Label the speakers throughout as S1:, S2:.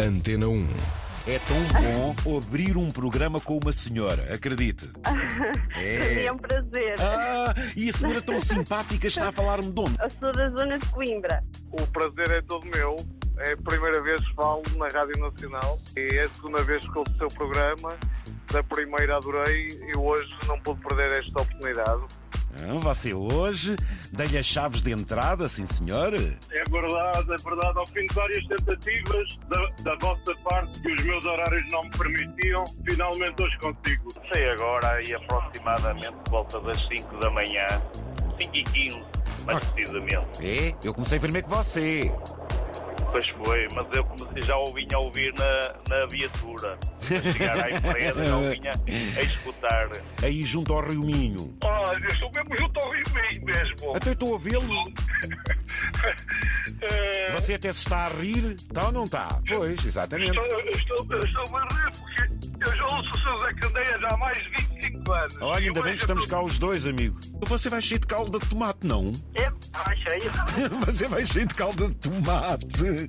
S1: Antena 1.
S2: É tão bom abrir um programa com uma senhora, acredite.
S3: Para mim é um prazer.
S2: Ah, e a senhora tão simpática está a falar-me de onde?
S3: Eu sou da zona de Coimbra.
S4: O prazer é todo meu. É a primeira vez que falo na Rádio Nacional e é a segunda vez que ouço o seu programa. Da primeira adorei e hoje não pude perder esta oportunidade.
S2: Ah, você hoje dei-lhe as chaves de entrada, sim senhor.
S5: É verdade, é verdade. Ao fim de várias tentativas da, da vossa parte, que os meus horários não me permitiam, finalmente hoje consigo.
S6: Sei agora aí aproximadamente por volta das 5 da manhã, 5 e 15, mais precisamente.
S2: É, eu comecei primeiro que você.
S6: Pois foi, mas eu comecei já o vinha a ouvir na, na viatura. Para chegar à empresa, não vinha a escutar.
S2: Aí junto ao Rio Minho.
S5: Olha, eu estou mesmo junto ao Rio mesmo.
S2: Até estou a vê-lo.
S5: Eh,
S2: Você até se está a rir, está ou não está? Pois, exatamente.
S5: estou, eu estou, eu estou a rir porque eu já ouço o seu Zé Candeia já há mais de 25 anos.
S2: Olha,
S5: E
S2: ainda bem
S5: hoje
S2: que estamos
S5: eu
S2: cá os dois, amigo. Você vai cheio de calda de tomate, não?
S6: É, achei.
S2: Você vai cheio de calda de tomate.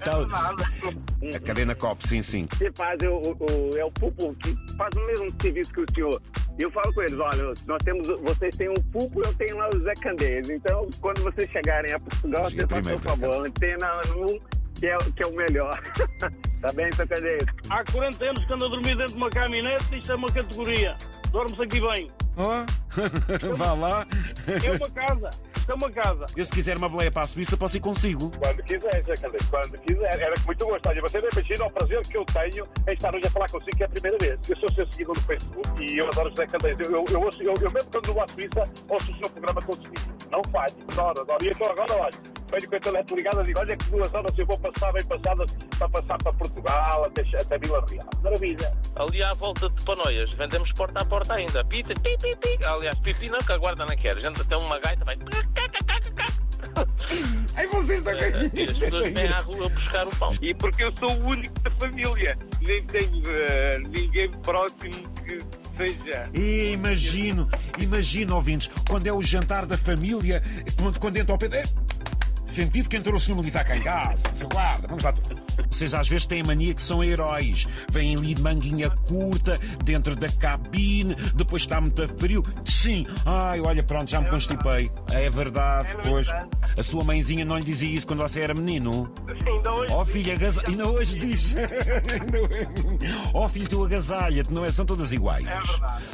S2: Tá... A Cadena Cop, sim, sim.
S7: Você faz o, o- o- é o público que faz o mesmo serviço que o senhor. E eu falo com eles, olha, nós temos, vocês têm um público, eu tenho lá o Zé Candeias. Então, quando vocês chegarem a Portugal,
S2: Diga
S7: vocês façam
S2: primeiro,
S7: o favor, antena 1, que é, que é o melhor. tá bem, Zé Candeias?
S8: Há 40 anos que ando a dormir dentro de uma caminhonete, isto é uma categoria. Dorme-se aqui bem.
S2: Oh. Vá lá.
S8: É uma casa, isto é uma casa.
S2: Eu, se quiser uma boleia para a Suíça, posso ir consigo.
S5: Quando quiser, Zé Candeia, quando quiser. Era com muito gosto. Olha, você não imagina o prazer que eu tenho em estar hoje a falar consigo, que é a primeira vez. Eu sou seu seguidor no Facebook e eu adoro o Zé Candeia. é Eu, eu, eu, ouço- eu, eu mesmo quando vou à Suíça, ouço o seu programa consigo. Não falho, adoro, adoro. E então agora, olha, venho com a internet ligada, digo, olha que duas horas eu vou passar bem passadas para passar para Portugal, até, até Vila Real. Maravilha.
S6: Ali à volta de Panoias, vendemos porta a porta ainda. Pita, pi, pi, pi. Aliás, pipi não, que a guarda não quer. A gente tem uma gaita, vai.
S2: Ai, vocês estão
S6: É, E as pessoas vêm à rua buscar o pão.
S4: E porque eu sou o único da família. Nem tenho eh, ninguém próximo que seja.
S2: E imagino, imagino, ouvintes, quando é o jantar da família, quando, quando entra ao Pedro. É... Sentido que entrou o senhor militar cá em casa, seu guarda, vamos lá. Vocês às vezes têm a mania que são heróis. Vêm ali de manguinha curta, dentro da cabine, depois está muito frio. Sim, ai, olha, pronto, já me constipei. É verdade, pois. A sua mãezinha não lhe dizia isso quando você era menino?
S5: Ainda hoje.
S2: Oh filho, agaza... ainda hoje diz. Ainda hoje. oh filho, tu agasalha-te, não é? São todas iguais.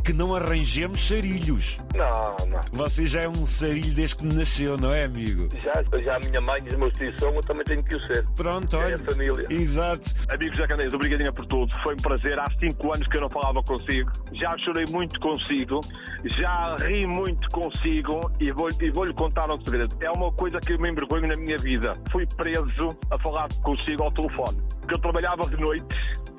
S2: que não arranjemos sarilhos.
S5: Não, não.
S2: Você já é um sarilho desde que nasceu, não é, amigo?
S5: Já, já a minha mãe e os meus tios são, eu também tenho que o ser.
S2: Pronto, olha.
S5: a é família.
S2: Exato.
S5: Amigo José Candeias, obrigadinho por tudo. Foi um prazer. Há cinco anos que eu não falava consigo. Já chorei muito consigo. Já ri muito consigo. E vou- e vou-lhe contar um segredo. É uma coisa que eu me envergonho na minha vida. Fui preso a falar consigo ao telefone. Porque eu trabalhava de noite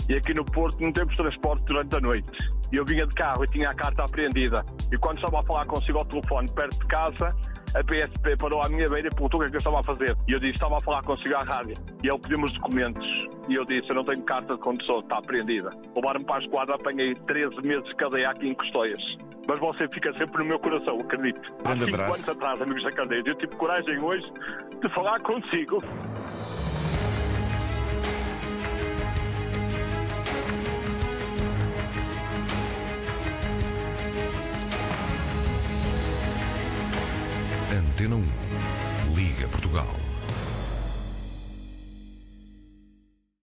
S5: e aqui no Porto não temos transporte durante a noite. E eu vinha de carro e tinha a carta apreendida. E quando estava a falar consigo ao telefone perto de casa, a PSP parou à minha beira e perguntou o que é que eu estava a fazer. E eu disse, estava a falar consigo à rádio. E ele pediu-me os documentos. E eu disse, eu não tenho carta de condução, está apreendida. Levaram-me para a esquadra, apanhei 13 meses de cadeia aqui em Custóias. Mas você fica sempre no meu coração, acredito. Há
S2: Grande
S5: cinco
S2: abraço.
S5: anos atrás, amigos da cadeia, eu tive coragem hoje de falar consigo.
S1: Antena 1. Liga Portugal.